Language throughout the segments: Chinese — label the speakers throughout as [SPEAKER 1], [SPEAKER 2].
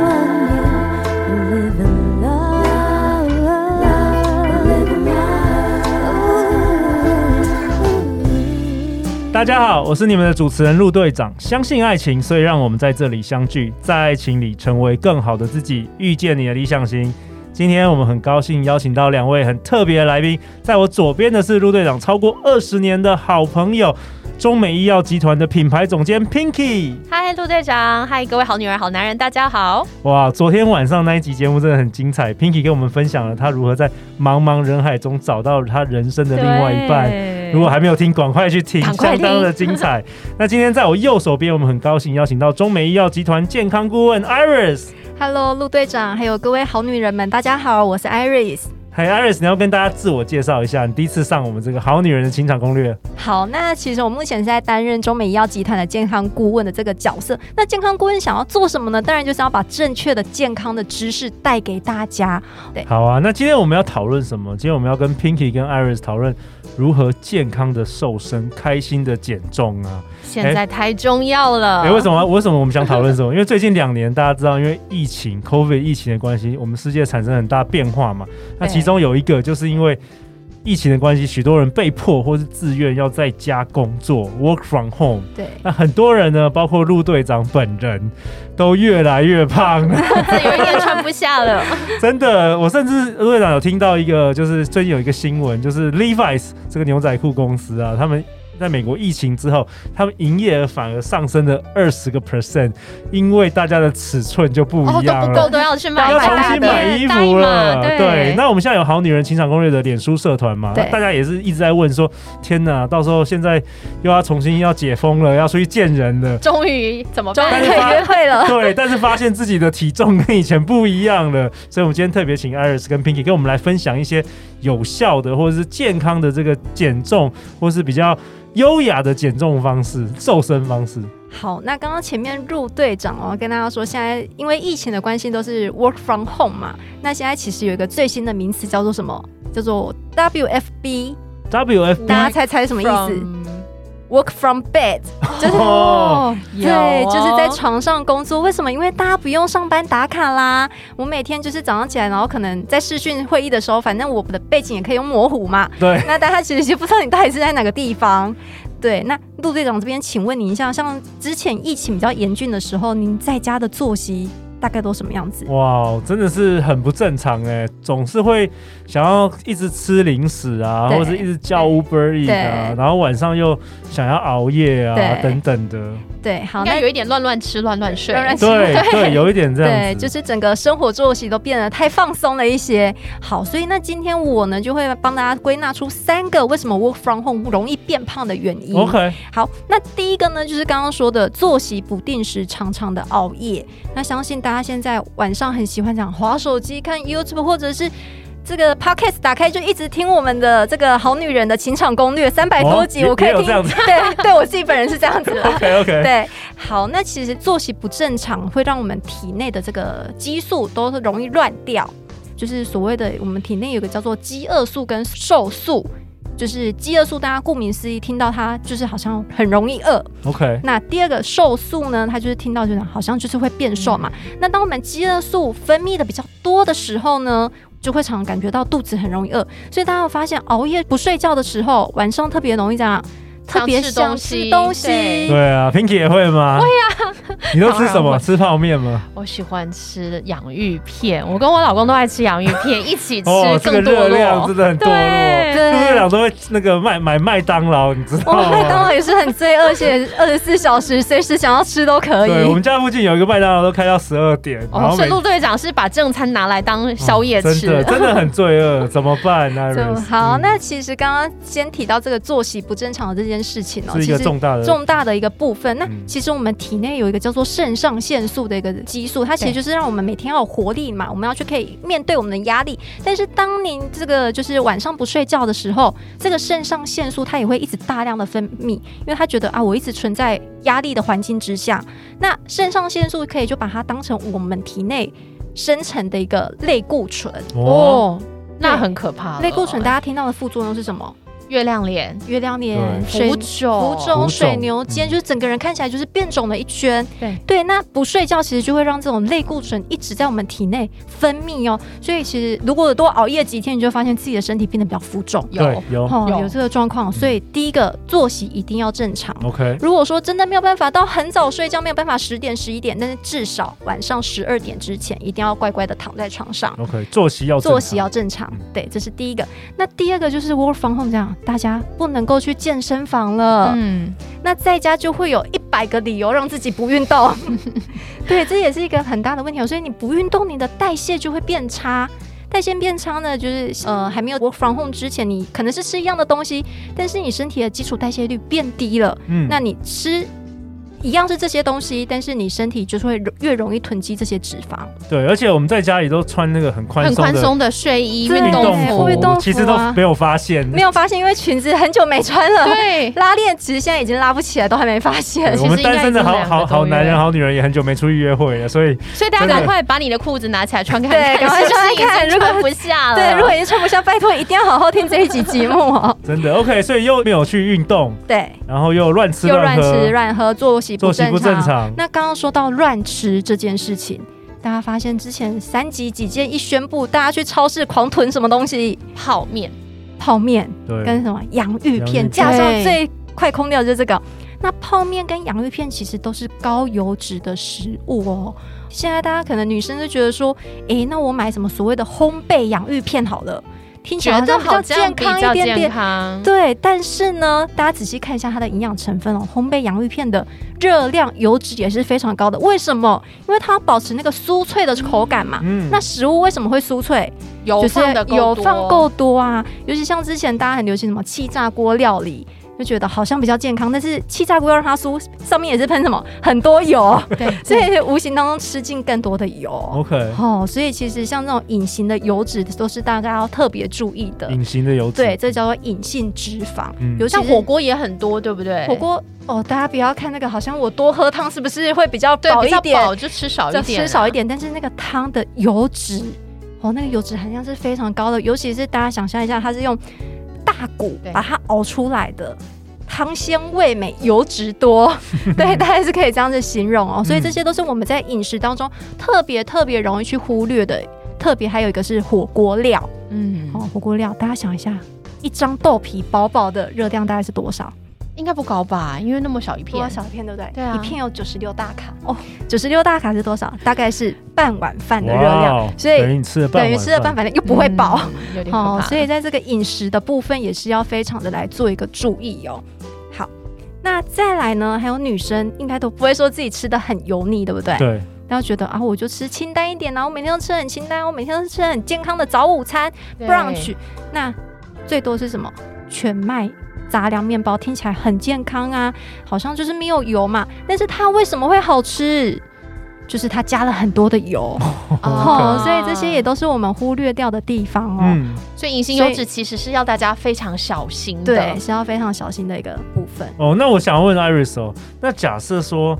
[SPEAKER 1] love you, live in love, live in love.
[SPEAKER 2] 大家好，我是你们的主持人陆队长。相信爱情，所以让我们在这里相聚，在爱情里成为更好的自己，遇见你的理想型。今天我们很高兴邀请到两位很特别的来宾，在我左边的是陆队长超过二十年的好朋友，中美医药集团的品牌总监 Pinky。
[SPEAKER 3] 嗨，陆队长，嗨，各位好女人、好男人，大家好。
[SPEAKER 2] 哇，昨天晚上那一集节目真的很精彩，Pinky 跟我们分享了她如何在茫茫人海中找到她人生的另外一半。
[SPEAKER 3] 对
[SPEAKER 2] 如果还没有听，赶快去听，
[SPEAKER 3] 赶快
[SPEAKER 2] 相
[SPEAKER 3] 听
[SPEAKER 2] 当的精彩。那今天在我右手边，我们很高兴邀请到中美医药集团健康顾问 Iris。
[SPEAKER 4] Hello，陆队长，还有各位好女人们，大家好，我是 Iris。
[SPEAKER 2] 嗨，Iris，你要跟大家自我介绍一下，你第一次上我们这个《好女人的情场攻略》。
[SPEAKER 4] 好，那其实我目前是在担任中美医药集团的健康顾问的这个角色。那健康顾问想要做什么呢？当然就是要把正确的健康的知识带给大家。
[SPEAKER 2] 好啊，那今天我们要讨论什么？今天我们要跟 Pinky 跟 Iris 讨论如何健康的瘦身、开心的减重啊。
[SPEAKER 3] 现在太重要了。
[SPEAKER 2] 哎、为什么？为什么我们想讨论什么？因为最近两年，大家知道，因为疫情、COVID 疫情的关系，我们世界产生很大变化嘛。那
[SPEAKER 3] 对
[SPEAKER 2] 其中有一个，就是因为疫情的关系，许多人被迫或是自愿要在家工作 （work from home）。
[SPEAKER 4] 对，
[SPEAKER 2] 那很多人呢，包括陆队长本人，都越来越胖了。
[SPEAKER 3] 这有一点穿不下 了。
[SPEAKER 2] 真的，我甚至陆队长有听到一个，就是最近有一个新闻，就是 Levi's 这个牛仔裤公司啊，他们在美国疫情之后，他们营业额反而上升了二十个 percent，因为大家的尺寸就不
[SPEAKER 3] 哦，
[SPEAKER 2] 一
[SPEAKER 3] 都
[SPEAKER 2] 样
[SPEAKER 3] 不
[SPEAKER 2] 了。
[SPEAKER 3] 够，都要去买
[SPEAKER 2] 要重
[SPEAKER 3] 大
[SPEAKER 2] 新
[SPEAKER 3] 的
[SPEAKER 2] 买衣
[SPEAKER 3] 大
[SPEAKER 2] 服了
[SPEAKER 3] 码，对
[SPEAKER 2] 对。那我们现在有好女人情场攻略的脸书社团嘛？
[SPEAKER 4] 对
[SPEAKER 2] 那大家也是一直在问说，天哪，到时候现在又要重新要解封了，要出去见人了。
[SPEAKER 3] 终于怎么
[SPEAKER 4] 终
[SPEAKER 3] 办？
[SPEAKER 4] 于可以约哎会 了。
[SPEAKER 2] 对，但是发现自己的体重跟以前不一样了，所以我们今天特别请 Iris 跟 Pinky 跟我们来分享一些有效的或者是健康的这个减重，或是比较优雅的减重方式、瘦身方式。
[SPEAKER 4] 好，那刚刚前面入队长哦，跟大家说，现在因为疫情的关系，都是 work from home 嘛。那现在其实有一个最新的名词叫做什么？叫做 WFB，大家
[SPEAKER 2] WFB
[SPEAKER 4] 猜猜什么意思
[SPEAKER 3] From-
[SPEAKER 4] ？Work from bed，就是
[SPEAKER 2] 哦
[SPEAKER 3] 有
[SPEAKER 4] 对，就是在
[SPEAKER 3] 哦
[SPEAKER 4] 床上工作。为什么？因为大家不用上班打卡啦。我每天就是早上起来，然后可能在视讯会议的时候，反正我的背景也可以用模糊嘛。
[SPEAKER 2] 对，
[SPEAKER 4] 那大家其实就不知道你到底是在哪个地方。对，那陆队长这边，请问你一下，像之前疫情比较严峻的时候，您在家的作息大概都什么样子？
[SPEAKER 2] 哇，真的是很不正常哎，总是会想要一直吃零食啊，
[SPEAKER 4] 对
[SPEAKER 2] 或者是一直叫 Uber Eat 啊，
[SPEAKER 4] 对
[SPEAKER 2] 然后晚上又想要熬夜啊
[SPEAKER 4] 对
[SPEAKER 2] 等等 的，
[SPEAKER 4] 对，好，
[SPEAKER 3] 应
[SPEAKER 4] 那
[SPEAKER 3] 该有一点乱乱吃、乱乱睡。
[SPEAKER 4] 乱乱吃
[SPEAKER 2] 对对，有一点这样
[SPEAKER 4] 对，
[SPEAKER 2] 子，
[SPEAKER 4] 就是整个生活作息都变得太放松了一些。好，所以那今天我呢就会帮大家归纳出三个为什么 work from home 容易变胖的原因。
[SPEAKER 2] OK。
[SPEAKER 4] 好，那第一个呢，就是刚刚说的作息不定时，常常的熬夜。那相信大家现在晚上很喜欢讲划手机、看 YouTube，或者是这个 Podcast 打开就一直听我们的这个好女人的情场攻略三百多集，
[SPEAKER 2] 哦
[SPEAKER 4] 我可以
[SPEAKER 2] 也也有
[SPEAKER 4] 听
[SPEAKER 2] 这样子。
[SPEAKER 4] 对，对我自己本人是这样子啦。
[SPEAKER 2] OK OK，
[SPEAKER 4] 啊对，好，那其实作息不正常会让我们体内的这个激素都是容易乱掉，就是所谓的我们体内有个叫做饥饿素跟瘦素。就是饥饿素，大家顾名思义，听到它就是好像很容易饿。
[SPEAKER 2] OK，
[SPEAKER 4] 那第二个瘦素呢，它就是听到就是好像就是会变瘦嘛。那当我们饥饿素分泌的比较多的时候呢，就会常感觉到肚子很容易饿。所以大家有发现，熬夜不睡觉的时候，晚上特别容易这样，特别想
[SPEAKER 3] 想
[SPEAKER 4] 吃
[SPEAKER 3] 吃
[SPEAKER 4] 东
[SPEAKER 3] 东西
[SPEAKER 4] 西。
[SPEAKER 3] 对
[SPEAKER 2] 对啊，Pinky 也会吗？会呀、
[SPEAKER 4] 啊
[SPEAKER 2] 你都吃
[SPEAKER 3] 当
[SPEAKER 2] 什
[SPEAKER 3] 然
[SPEAKER 2] 么？
[SPEAKER 3] 会
[SPEAKER 2] 吃泡面吗？
[SPEAKER 3] 我喜欢吃洋芋片，我跟我老公都爱吃洋芋片，一起吃
[SPEAKER 2] 哦，这个
[SPEAKER 3] 更多
[SPEAKER 2] 热量真的很堕哦落。
[SPEAKER 3] 对，
[SPEAKER 4] 对
[SPEAKER 2] 陆队长都会那个麦买麦当劳，你知道
[SPEAKER 4] 我们麦当
[SPEAKER 2] 吗？
[SPEAKER 4] 劳也是很罪恶，而且二十四小时随时想要吃都可
[SPEAKER 2] 对，我
[SPEAKER 4] 以
[SPEAKER 2] 们。家附近有一个麦当劳都开到十二点，然
[SPEAKER 3] 哦，
[SPEAKER 2] 后
[SPEAKER 3] 所
[SPEAKER 2] 每
[SPEAKER 3] 以陆队长是把正餐拿来当宵夜
[SPEAKER 2] 哦真的
[SPEAKER 3] 吃。
[SPEAKER 2] 真的很罪恶，怎么办呢？
[SPEAKER 4] 就
[SPEAKER 2] Iris？
[SPEAKER 4] 好，
[SPEAKER 2] 嗯
[SPEAKER 4] 那其实刚刚先提到这个作息不正常的这件事情哦、
[SPEAKER 2] 是一
[SPEAKER 4] 其
[SPEAKER 2] 个
[SPEAKER 4] 实
[SPEAKER 2] 重大的
[SPEAKER 4] 重大的一个部分。那
[SPEAKER 2] 呃嗯
[SPEAKER 4] 其实我们体内有一个叫做肾上腺素的一个激素，它其实就是让我们每天要有活力嘛，我们要去可以面对我们的压力。但是当您这个就是晚上不睡觉的时候，这个肾上腺素它也会一直大量的分泌，因为它觉得啊，我一直存在压力的环境之下，那肾上腺素可以就把它当成我们体内。生成的一个类固醇。
[SPEAKER 2] 哦，
[SPEAKER 3] 哦，那很可怕了。
[SPEAKER 4] 类固醇大家听到的副作用是什么？
[SPEAKER 3] 月亮脸、
[SPEAKER 4] 月亮脸、
[SPEAKER 2] 对
[SPEAKER 4] 水
[SPEAKER 3] 浮肿、
[SPEAKER 4] 浮
[SPEAKER 2] 肿
[SPEAKER 4] 肿、嗯水牛肩，就是整个人看起来就是变肿了一圈。
[SPEAKER 3] 对
[SPEAKER 4] 对，那不睡觉其实就会让这种类固醇一直在我们体内分泌哦，所以其实如果多熬夜几天，你就会发现自己的身体变得比较浮肿。
[SPEAKER 2] 对
[SPEAKER 3] 有，
[SPEAKER 2] 有
[SPEAKER 4] 哦，
[SPEAKER 3] 有
[SPEAKER 4] 有这个状况，所以第一个作息一定要正常。
[SPEAKER 2] ，OK，
[SPEAKER 4] 如果说真的没有办法到很早睡觉，没有办法十点十一点，但是至少晚上十二点之前一定要乖乖的躺在床上，
[SPEAKER 2] OK，作息哦要正常嗯
[SPEAKER 4] 作息要正常。对，这是第一个。那第二个就是 work from home 这样，大家不能够去健身房了，
[SPEAKER 3] 嗯，
[SPEAKER 4] 那在家就会有一百个理由让自己不运动。 对，这也是一个很大的问题哦。所以你不运动，你的代谢就会变差。代谢变差呢，就是呃还没有 work from home 之前，你可能是吃一样的东西，但是你身体的基础代谢率变低了。
[SPEAKER 2] 嗯
[SPEAKER 4] 那你吃一样是这些东西，但是你身体就是会越容易囤积这些脂肪。
[SPEAKER 2] 对，而且我们在家里都穿那个很宽
[SPEAKER 3] 很
[SPEAKER 2] 松
[SPEAKER 3] 宽
[SPEAKER 2] 的
[SPEAKER 3] 松的睡衣、
[SPEAKER 4] 对
[SPEAKER 3] 运动
[SPEAKER 4] 会运
[SPEAKER 3] 服，
[SPEAKER 4] 动服啊
[SPEAKER 2] 其实都没有发现，
[SPEAKER 4] 没有发现，因为裙子很久没穿了，
[SPEAKER 3] 对，
[SPEAKER 4] 拉链其实现在已经拉不起来，都还没发现
[SPEAKER 2] 对。
[SPEAKER 3] 其
[SPEAKER 2] 我
[SPEAKER 3] 实
[SPEAKER 2] 们单身的好好好男
[SPEAKER 3] 应该已
[SPEAKER 2] 人、
[SPEAKER 3] 经两个多月了
[SPEAKER 2] 好女人也很久没出去约会了，所以
[SPEAKER 3] 所以大家
[SPEAKER 2] 真的
[SPEAKER 3] 赶快把你的裤子拿起来穿看
[SPEAKER 4] 对赶快
[SPEAKER 3] 是不
[SPEAKER 4] 穿
[SPEAKER 3] 是
[SPEAKER 4] 看
[SPEAKER 3] 已经
[SPEAKER 4] 看如果
[SPEAKER 3] 穿不下了。
[SPEAKER 4] 对，如果已经穿不下，拜托一定要好好听这一集节目 哦。
[SPEAKER 2] 真的 OK，所以又没有去运动，
[SPEAKER 4] 对，
[SPEAKER 2] 然后又乱吃
[SPEAKER 4] 又乱
[SPEAKER 2] 喝，
[SPEAKER 4] 吃乱喝，作息
[SPEAKER 2] 作
[SPEAKER 4] 不
[SPEAKER 2] 息
[SPEAKER 4] 正
[SPEAKER 2] 不正常，
[SPEAKER 4] 那刚刚说到乱吃这件事情。大家发现之前三级警戒一宣布，大家去超市狂囤什么东西？
[SPEAKER 3] 泡面，
[SPEAKER 4] 泡面，
[SPEAKER 2] 对
[SPEAKER 4] 跟什么洋芋
[SPEAKER 2] 洋芋片
[SPEAKER 4] 片，加上
[SPEAKER 3] 对
[SPEAKER 4] 最快空掉的就是这个。那泡面跟洋芋片其实都是高油脂的食物哦。现在大家可能女生就觉得说，诶，那我买什么所谓的烘焙洋芋片好了，听起来
[SPEAKER 3] 觉
[SPEAKER 4] 好
[SPEAKER 3] 得
[SPEAKER 4] 像
[SPEAKER 3] 好像
[SPEAKER 4] 比较健
[SPEAKER 3] 比
[SPEAKER 4] 康
[SPEAKER 3] 较
[SPEAKER 4] 一点
[SPEAKER 3] 健
[SPEAKER 4] 点。
[SPEAKER 3] 康。
[SPEAKER 4] 对，但是呢，大家仔细看一下它的营养成分哦，烘焙洋芋片的热量、油脂也是非常高的。为什么？因为它要保持那个酥脆的口感嘛。
[SPEAKER 2] 嗯
[SPEAKER 4] 那食物为什么会酥脆？
[SPEAKER 3] 有
[SPEAKER 4] 就是
[SPEAKER 3] 放的够
[SPEAKER 4] 有
[SPEAKER 3] 多
[SPEAKER 4] 放够多啊，尤其像之前大家很流行什么气炸锅料理。就觉得好像比较健康，但是气炸锅要让它酥，上面也是喷什么很多 油，
[SPEAKER 3] 对，
[SPEAKER 4] 所以无形当中吃进更多的
[SPEAKER 3] 嗯
[SPEAKER 4] 油。
[SPEAKER 2] OK，
[SPEAKER 4] 哦，所以其实像这种隐形的油脂都是大家要特别注意的。
[SPEAKER 2] 隐形的油脂，
[SPEAKER 4] 对，这叫做隐性脂肪，
[SPEAKER 2] 嗯
[SPEAKER 4] 尤其
[SPEAKER 3] 像
[SPEAKER 4] 是
[SPEAKER 3] 火锅也很多，对不对？
[SPEAKER 4] 火锅哦，大家不要看那个，好像我多喝汤是不是会比较
[SPEAKER 3] 对
[SPEAKER 4] 饱
[SPEAKER 3] 比
[SPEAKER 4] 一
[SPEAKER 3] 较
[SPEAKER 4] 点？
[SPEAKER 3] 饱就吃少一
[SPEAKER 4] 就
[SPEAKER 3] 点，啊
[SPEAKER 4] 吃少一。点，但是那个汤的油脂，哦，那个油脂含量是非常高的，尤其是大家想象一下，它是用大骨
[SPEAKER 3] 对
[SPEAKER 4] 把它熬出来的。汤鲜味美，油脂多， 对， 大概是可以这样子形容
[SPEAKER 3] 嗯
[SPEAKER 4] 哦。所以这些都是我们在饮食当中特别特别容易去忽略的。特别还有一个是火锅料
[SPEAKER 3] 嗯，
[SPEAKER 4] 哦，火锅料，大家想一下，一张豆皮薄薄的热量大概是多少？
[SPEAKER 3] 应该不高吧？因为那么小一片
[SPEAKER 4] 多，少片对不对？
[SPEAKER 3] 对啊
[SPEAKER 4] 一片有九十六大卡哦，九十六大卡是多少？大概是半碗饭的热量，
[SPEAKER 2] 哇哦
[SPEAKER 4] 所以
[SPEAKER 2] 等于你吃了半
[SPEAKER 4] 等
[SPEAKER 2] 碗
[SPEAKER 4] 于
[SPEAKER 2] 饭
[SPEAKER 4] 吃了半碗饭又不会饱。
[SPEAKER 3] 嗯，有点可
[SPEAKER 4] 哦
[SPEAKER 3] 怕。，
[SPEAKER 4] 所以在这个饮食的部分也是要非常的来做一个注意哦。好，那再来呢，还有女生应该都不会说自己吃的很油腻，对不对？
[SPEAKER 2] 对，
[SPEAKER 4] 然后觉得啊，我就吃清淡一点啊，我每天都吃很清淡，我每天都吃很健康的早午餐
[SPEAKER 3] 对
[SPEAKER 4] brunch，那最多是什么？全麦杂粮面包听起来很健康啊，好像就是没有油嘛，但是它为什么会好吃？就是它加了很多的油，哦，所以这些也都是我们忽略掉的地方哦。
[SPEAKER 2] 嗯，
[SPEAKER 3] 所以隐形
[SPEAKER 4] 所
[SPEAKER 3] 油
[SPEAKER 4] 以
[SPEAKER 3] 脂其实是要大家非常小心的。
[SPEAKER 4] 对，是要非常小心的一个部分。
[SPEAKER 2] 哦，那我想问 Iris 哦，那假设说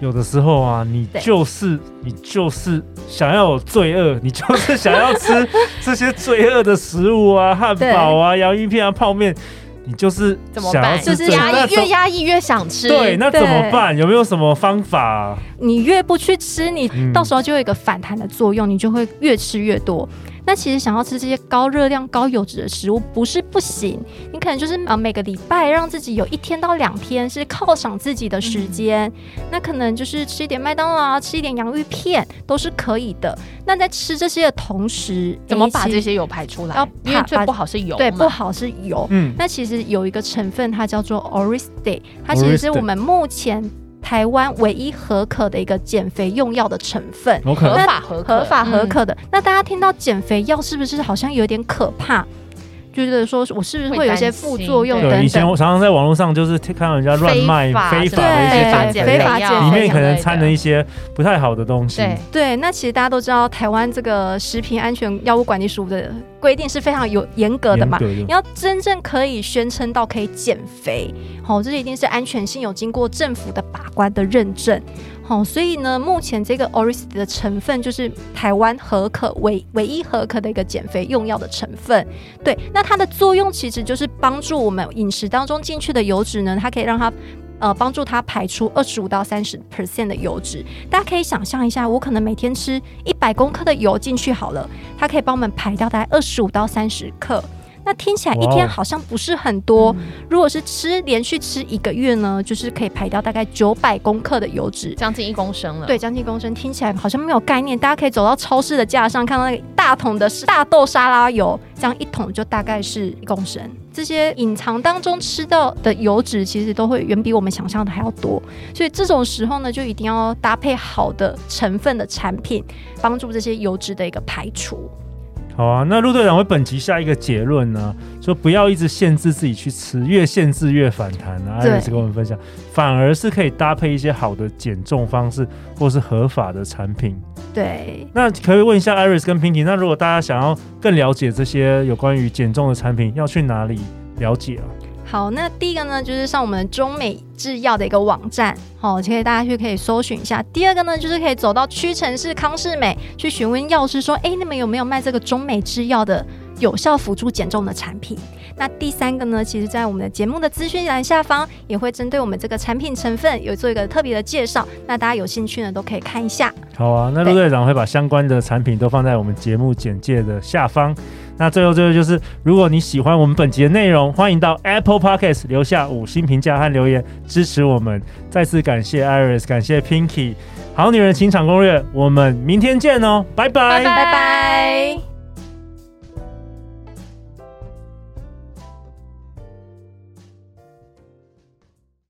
[SPEAKER 2] 有的时候啊，你
[SPEAKER 4] 对
[SPEAKER 2] 就是你就是想要有罪恶，你就是想要 吃这些罪恶的食物啊，汉堡啊、洋芋片啊、泡面，你就是
[SPEAKER 3] 怎么
[SPEAKER 2] 想要
[SPEAKER 3] 办？
[SPEAKER 2] 吃
[SPEAKER 4] 就是
[SPEAKER 2] 罪恶
[SPEAKER 3] 压
[SPEAKER 2] 那
[SPEAKER 3] 抑，
[SPEAKER 2] 怎
[SPEAKER 3] 越压抑越想吃。
[SPEAKER 2] 对，那怎么
[SPEAKER 4] 对
[SPEAKER 2] 办？有没有什么方法啊、
[SPEAKER 4] 你越不去吃，你
[SPEAKER 2] 嗯
[SPEAKER 4] 到时候就有一个反弹的作用，你就会越吃越多。那其实想要吃这些高热量、高油脂的食物不是不行，你可能就是呃每个礼拜让自己有一天到两天是犒赏自己的时间，
[SPEAKER 2] 嗯
[SPEAKER 4] 那可能就是吃一点麦当劳啊，吃一点洋芋片都是可以的。那在吃这些的同时，
[SPEAKER 3] 怎么
[SPEAKER 4] 诶
[SPEAKER 3] 把
[SPEAKER 4] 其
[SPEAKER 3] 这些啊油排出来？
[SPEAKER 4] 要
[SPEAKER 3] 因为
[SPEAKER 4] 把
[SPEAKER 3] 最
[SPEAKER 4] 把
[SPEAKER 3] 不好是油嘛，
[SPEAKER 4] 对不好是油，
[SPEAKER 2] 嗯，
[SPEAKER 4] 那其实有一个成分，它叫做 Oriste，它其实是我们目前台湾唯一合可的一个减肥用药的成分，
[SPEAKER 2] 我可
[SPEAKER 3] 合
[SPEAKER 2] 能
[SPEAKER 3] 法合可嗯
[SPEAKER 4] 合法合可的。那大家听到减肥药是不是好像有点可怕？觉得说我是不是会有一些副作用
[SPEAKER 3] 会
[SPEAKER 4] 等
[SPEAKER 3] 担
[SPEAKER 2] 对，以前
[SPEAKER 4] 等？
[SPEAKER 2] 我常常在网络上就是看到人家乱卖非
[SPEAKER 3] 非
[SPEAKER 2] 法的一
[SPEAKER 4] 对
[SPEAKER 2] 些
[SPEAKER 4] 非法
[SPEAKER 2] 减
[SPEAKER 4] 减
[SPEAKER 2] 肥
[SPEAKER 4] 肥
[SPEAKER 2] 药，
[SPEAKER 4] 药
[SPEAKER 2] 里
[SPEAKER 4] 药
[SPEAKER 2] 面
[SPEAKER 4] 之
[SPEAKER 2] 可能掺了一些不太好的东西。
[SPEAKER 3] 对
[SPEAKER 4] 对，那其实大家都知道，台湾这个食品安全药物管理署的规定是非常有严格的
[SPEAKER 2] 严
[SPEAKER 4] 嘛
[SPEAKER 2] 格，的
[SPEAKER 4] 你要真正可以宣称到可以减肥，好、这一定是安全性有经过政府的把关的认证，好、所以呢，目前这个 Oris 的成分就是台湾合可唯唯一合可的一个减肥用药的成分。对，那它的作用其实就是帮助我们饮食当中进去的油脂呢，它可以让它。呃，帮助它排出二十五到三十 percent 的油脂，大家可以想象一下，我可能每天吃一百公克的油进去好了，它可以帮我们排掉大概二十五到三十克。那听起来一
[SPEAKER 2] 哇
[SPEAKER 4] 天
[SPEAKER 2] 哦嗯
[SPEAKER 4] 好像不是很多，如果是吃连续吃一个月呢，就是可以排掉大概九百公克的油脂。
[SPEAKER 3] 将近一公升了。
[SPEAKER 4] 对，将近公升，听起来好像没有概念。大家可以走到超市的架上，看到那个大桶的大豆沙拉油，这样一桶就大概是一公升。这些隐藏当中吃到的油脂，其实都会远比我们想象的还要多。所以这种时候呢，就一定要搭配好的成分的产品，帮助这些油脂的一个排除。
[SPEAKER 2] 好啊，那陆队长为本集下一个结论呢，说不要一直限制自己去吃，越限制越反弹啊。艾
[SPEAKER 4] 对
[SPEAKER 2] 瑞斯跟我们分享，反而是可以搭配一些好的减重方式，或是合法的产品。
[SPEAKER 4] 对，
[SPEAKER 2] 那可不可以问一下 Iris 跟 Pinky，那如果大家想要更了解这些有关于减重的产品，要去哪里了解啊？
[SPEAKER 4] 好，那第一个呢，就是上我们中美制药的一个网站，好、就可以大家去可以搜寻一下。第二个呢，就是可以走到屈臣氏、康士美去询问药师说，哎，你们有没有卖这个中美制药的有效辅助减重的产品？那第三个呢，其实在我们的节目的资讯栏下方也会针对我们这个产品成分有做一个特别的介绍，那大家有兴趣呢都可以看一下。
[SPEAKER 2] 好啊，那陆
[SPEAKER 4] 对
[SPEAKER 2] 队长会把相关的产品都放在我们节目简介的下方。那最后最后就是，如果你喜欢我们本集的内容，欢迎到 Apple Podcast 留下五星评价和留言支持我们。再次感谢 Iris，感谢 Pinky，《好女人情场攻略》，我们明天见哦，拜
[SPEAKER 3] 拜拜
[SPEAKER 4] 拜拜。